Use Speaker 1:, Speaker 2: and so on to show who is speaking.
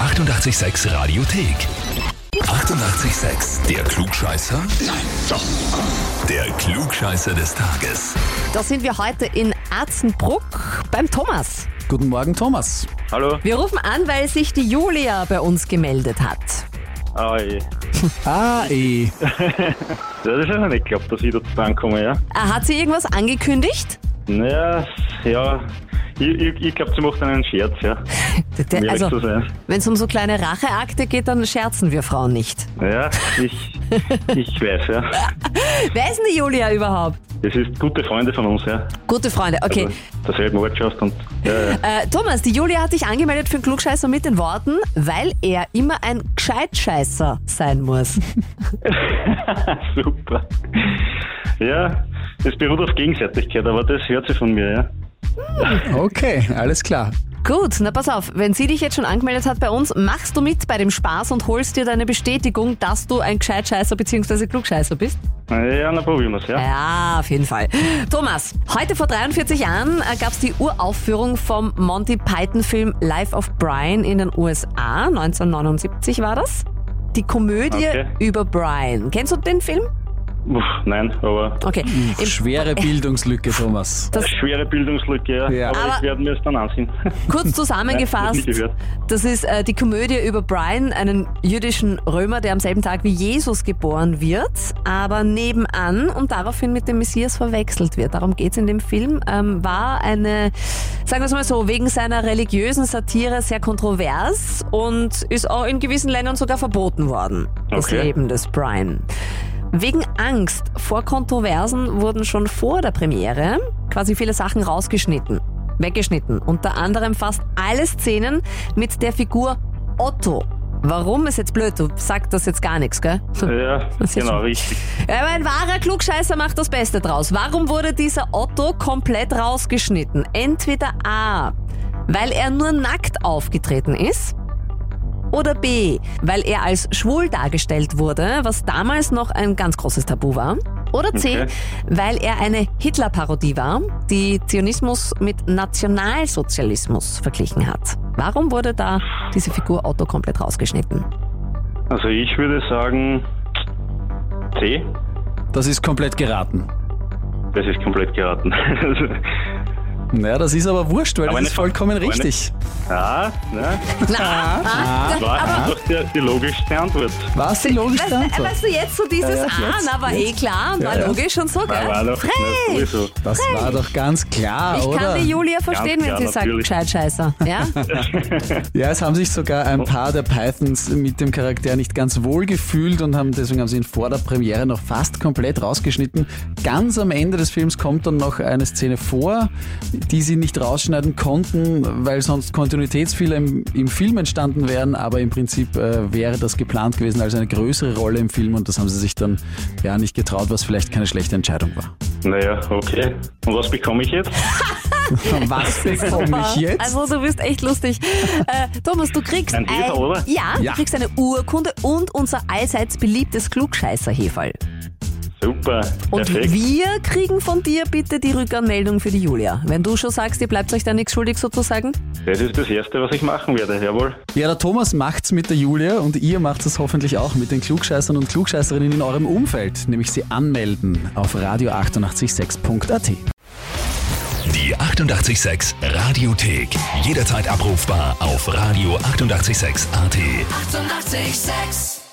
Speaker 1: 886 Radiothek. 88,6. Der Klugscheißer? Nein, doch. Der Klugscheißer des Tages.
Speaker 2: Da sind wir heute in Arzenbruck beim Thomas.
Speaker 3: Guten Morgen, Thomas.
Speaker 4: Hallo?
Speaker 2: Wir rufen an, weil sich die Julia bei uns gemeldet hat.
Speaker 4: Ah, je.
Speaker 3: Ah, eh.
Speaker 4: das ist ja nicht geglaubt, dass ich da drankomme, ja?
Speaker 2: Äh, Hat sie irgendwas angekündigt?
Speaker 4: Naja, ja. Ich, ich, ich glaube, sie macht einen Scherz, ja.
Speaker 2: Der-
Speaker 4: Um ehrlich
Speaker 2: Also,
Speaker 4: zu sein.
Speaker 2: wenn es um so kleine Racheakte geht, dann scherzen wir Frauen nicht.
Speaker 4: Ja, ich, ich weiß, ja.
Speaker 2: Wer ist denn die Julia überhaupt?
Speaker 4: Das ist gute Freunde von uns, ja.
Speaker 2: Gute Freunde, okay.
Speaker 4: Also, derselben Ortschaft und. Ja, ja.
Speaker 2: Äh, Thomas, die Julia hat dich angemeldet für einen Klugscheißer mit den Worten, weil er immer ein Gescheitscheißer sein muss.
Speaker 4: Super. Ja, es beruht auf Gegenseitigkeit, aber das hört sie von mir, ja.
Speaker 3: Okay, alles klar.
Speaker 2: Gut, na pass auf, wenn sie dich jetzt schon angemeldet hat bei uns, machst du mit bei dem Spaß und holst dir deine Bestätigung, dass du ein Gescheitscheißer bzw. Klugscheißer bist?
Speaker 4: Ja, dann probieren wir es, ja.
Speaker 2: Ja, auf jeden Fall. Thomas, heute vor 43 Jahren gab es die Uraufführung vom Monty Python-Film Life of Brian in den USA. 1979 war das. Die Komödie
Speaker 4: Okay.
Speaker 2: über Brian. Kennst du den Film?
Speaker 4: Uff, nein, aber.
Speaker 2: Okay. Im-
Speaker 3: Schwere Bildungslücke, Thomas.
Speaker 4: Schwere Bildungslücke, ja.
Speaker 3: Ja.
Speaker 4: Aber,
Speaker 2: Aber-
Speaker 4: ich werde mir es dann ansehen.
Speaker 2: Kurz
Speaker 4: Nein,
Speaker 2: zusammengefasst,
Speaker 4: hab ich gehört.
Speaker 2: das ist äh, die Komödie über Brian, einen jüdischen Römer, der am selben Tag wie Jesus geboren wird, aber nebenan und daraufhin mit dem Messias verwechselt wird. Darum geht's in dem Film. Ähm, war eine, sagen wir es mal so, wegen seiner religiösen Satire sehr kontrovers und ist auch in gewissen Ländern sogar verboten worden, das
Speaker 4: Okay.
Speaker 2: Leben des Brian. Wegen Angst vor Kontroversen wurden schon vor der Premiere quasi viele Sachen rausgeschnitten, weggeschnitten. Unter anderem fast alle Szenen mit der Figur Otto. Warum ist jetzt blöd? Du sagst das jetzt gar nichts, gell?
Speaker 4: ja,
Speaker 2: Das ist
Speaker 4: genau,
Speaker 2: schon-
Speaker 4: richtig.
Speaker 2: Ja, Aber ein wahrer Klugscheißer macht das Beste draus. Warum wurde dieser Otto komplett rausgeschnitten? Entweder A, weil er nur nackt aufgetreten ist. Oder B, weil er als schwul dargestellt wurde, was damals noch ein ganz großes Tabu war. Oder C,
Speaker 4: Okay.
Speaker 2: weil er eine Hitler-Parodie war, die Zionismus mit Nationalsozialismus verglichen hat. Warum wurde da diese Figur Otto komplett rausgeschnitten?
Speaker 4: Also ich würde sagen C.
Speaker 3: Das ist komplett geraten.
Speaker 4: Das ist komplett geraten.
Speaker 3: Naja, das ist aber wurscht, weil
Speaker 4: Aber
Speaker 3: das
Speaker 4: eine
Speaker 3: ist
Speaker 4: Fa-
Speaker 3: vollkommen
Speaker 4: aber eine-
Speaker 3: richtig.
Speaker 4: ja, ne? Das war doch die, die logischste Antwort.
Speaker 3: Was die logischste
Speaker 2: Weißt,
Speaker 3: Antwort?
Speaker 2: Äh, weißt du, jetzt so dieses,
Speaker 3: Ja, ja,
Speaker 2: ah,
Speaker 3: jetzt,
Speaker 2: na, war eh
Speaker 3: jetzt.
Speaker 2: klar, war
Speaker 3: Ja, ja.
Speaker 2: logisch und so,
Speaker 4: Ja, war
Speaker 2: gell?
Speaker 4: doch, ne,
Speaker 2: Frech!
Speaker 4: sowieso.
Speaker 3: Das war doch ganz klar,
Speaker 2: Ich
Speaker 3: oder?
Speaker 2: kann die Julia verstehen, wenn
Speaker 4: klar,
Speaker 2: sie sagt,
Speaker 4: natürlich.
Speaker 2: Gescheit-Scheißer. Ja?
Speaker 3: Ja, es haben sich sogar ein paar der Pythons mit dem Charakter nicht ganz wohl gefühlt und haben deswegen haben sie ihn vor der Premiere noch fast komplett rausgeschnitten. Ganz am Ende des Films kommt dann noch eine Szene vor, die sie nicht rausschneiden konnten, weil sonst Kontinuitätsfehler im, im Film entstanden wären, aber im Prinzip äh, wäre das geplant gewesen als eine größere Rolle im Film und das haben sie sich dann ja nicht getraut, was vielleicht keine schlechte Entscheidung war.
Speaker 4: Naja, okay. Und was bekomme ich jetzt?
Speaker 3: Was bekomme
Speaker 2: Super.
Speaker 3: ich jetzt?
Speaker 2: Also du bist echt lustig. Äh, Thomas, du kriegst
Speaker 4: Ein Hefer, oder?
Speaker 2: Ja,
Speaker 3: Ja.
Speaker 2: du kriegst eine Urkunde und unser allseits beliebtes Klugscheißer-Heferl.
Speaker 4: Super,
Speaker 2: Und
Speaker 4: perfekt.
Speaker 2: wir kriegen von dir bitte die Rückanmeldung für die Julia. Wenn du schon sagst, ihr bleibt euch da nichts schuldig sozusagen.
Speaker 4: Das ist das Erste, was ich machen werde, jawohl.
Speaker 3: Ja, der Thomas macht's mit der Julia und ihr macht es hoffentlich auch mit den Klugscheißern und Klugscheißerinnen in eurem Umfeld, nämlich sie anmelden auf radio886.at.
Speaker 1: Die 88,6 Radiothek. Jederzeit abrufbar auf radio886.at. 88,6.
Speaker 5: Eighty-eight, sex.